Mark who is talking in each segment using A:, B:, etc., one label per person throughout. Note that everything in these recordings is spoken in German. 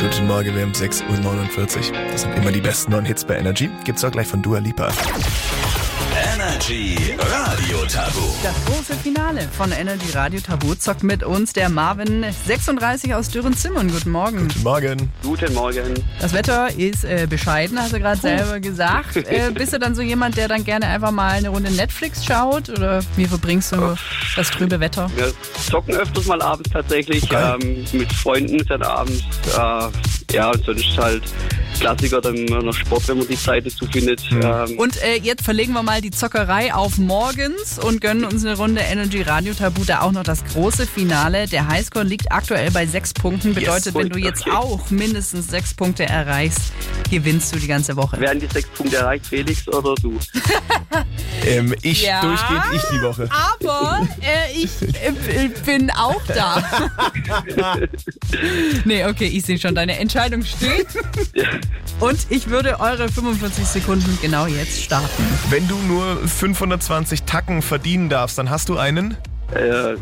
A: Guten Morgen, wir haben 6.49 Uhr. Das sind immer die besten neuen Hits bei Energy. Gibt's auch gleich von Dua Lipa.
B: Energy Radio Tabu.
C: Das große Finale von Energy Radio Tabu zockt mit uns der Marvin 36 aus Dürrenzimmern. Guten Morgen.
A: Guten Morgen.
D: Guten Morgen.
C: Das Wetter ist äh, bescheiden, hast du gerade selber gesagt. Äh, bist du dann so jemand, der dann gerne einfach mal eine Runde Netflix schaut? Oder wie verbringst du das trübe Wetter?
D: Wir zocken öfters mal abends tatsächlich
A: Geil.
D: ähm, mit Freunden dann abends. Äh, ja, und sonst halt Klassiker, dann immer noch Sport, wenn man die Zeit dazu findet.
A: Mhm.
D: Ähm,
C: Und äh, jetzt verlegen wir mal die Zockerei auf morgens und gönnen uns eine Runde Energy Radio Tabu. Da auch noch das große Finale. Der Highscore liegt aktuell bei sechs Punkten. Bedeutet, wenn du jetzt
D: Okay.
C: auch mindestens sechs Punkte erreichst, gewinnst du die ganze Woche.
D: werden die sechs Punkte erreicht, Felix oder du?
A: Ähm, ich
C: Ja. Ah.
A: durchgehend ich die Woche.
C: Aber äh, ich äh, bin auch da. nee, okay, ich sehe schon, deine Entscheidung steht. Und ich würde eure 45 Sekunden genau jetzt starten.
A: Wenn du nur 520 Tacken verdienen darfst, dann hast du einen.
D: Äh,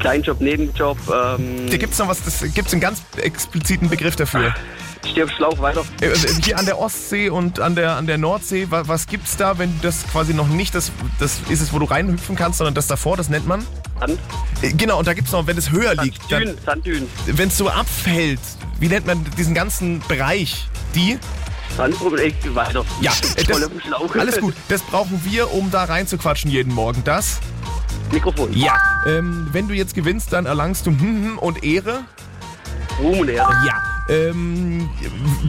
D: Kleinjob, Nebenjob, ähm,
A: Da gibt's noch was, das gibt's einen ganz expliziten Begriff dafür.
D: stirb Schlauch weiter.
A: Äh, äh, Hier an der Ostsee und an der, an der Nordsee, was, was gibt's da, wenn das quasi noch nicht das, das ist es, wo du reinhüpfen kannst, sondern das davor, das nennt man?
D: Sand,
A: Äh, Genau, und da gibt's noch, wenn es höher liegt, dann,
D: Sanddünen, Sanddünen,
A: wenn es so abfällt, wie nennt man diesen ganzen Bereich? Die?
D: Sandproblem, echt weiter.
A: Ja, äh,
D: voll
A: das,
D: im Schlauch.
A: alles gut. Das brauchen wir, um da reinzuquatschen jeden Morgen. Das?
D: Mikrofon,
A: Ja. Ähm, wenn du jetzt gewinnst, dann erlangst du hm, hm und Ehre.
D: Ruhm und Ehre.
A: Ja. Ähm,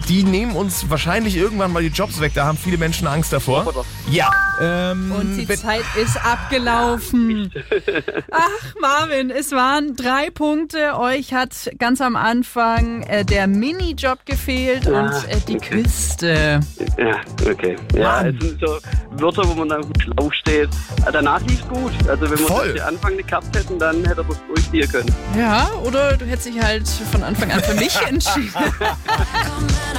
A: die nehmen uns wahrscheinlich irgendwann mal die Jobs weg. Da haben viele Menschen Angst davor.
D: Roboter.
A: Ja. Ähm,
C: Und die
A: wenn-
C: Zeit ist abgelaufen. Ach, Marvin, es waren drei Punkte. Euch hat ganz am Anfang äh, der Minijob gefehlt und äh, die Küste.
D: Ja, okay. Ja,
A: Mann.
D: es sind so Wörter, wo man dann gut Schlauch steht. Äh, Danach lief's gut. Also wenn wir
A: Voll.
D: das hier Anfang gehabt hätten, dann hätte man es durchziehen können.
C: Ja, oder du hättest dich halt von Anfang an für mich entschieden.
E: Come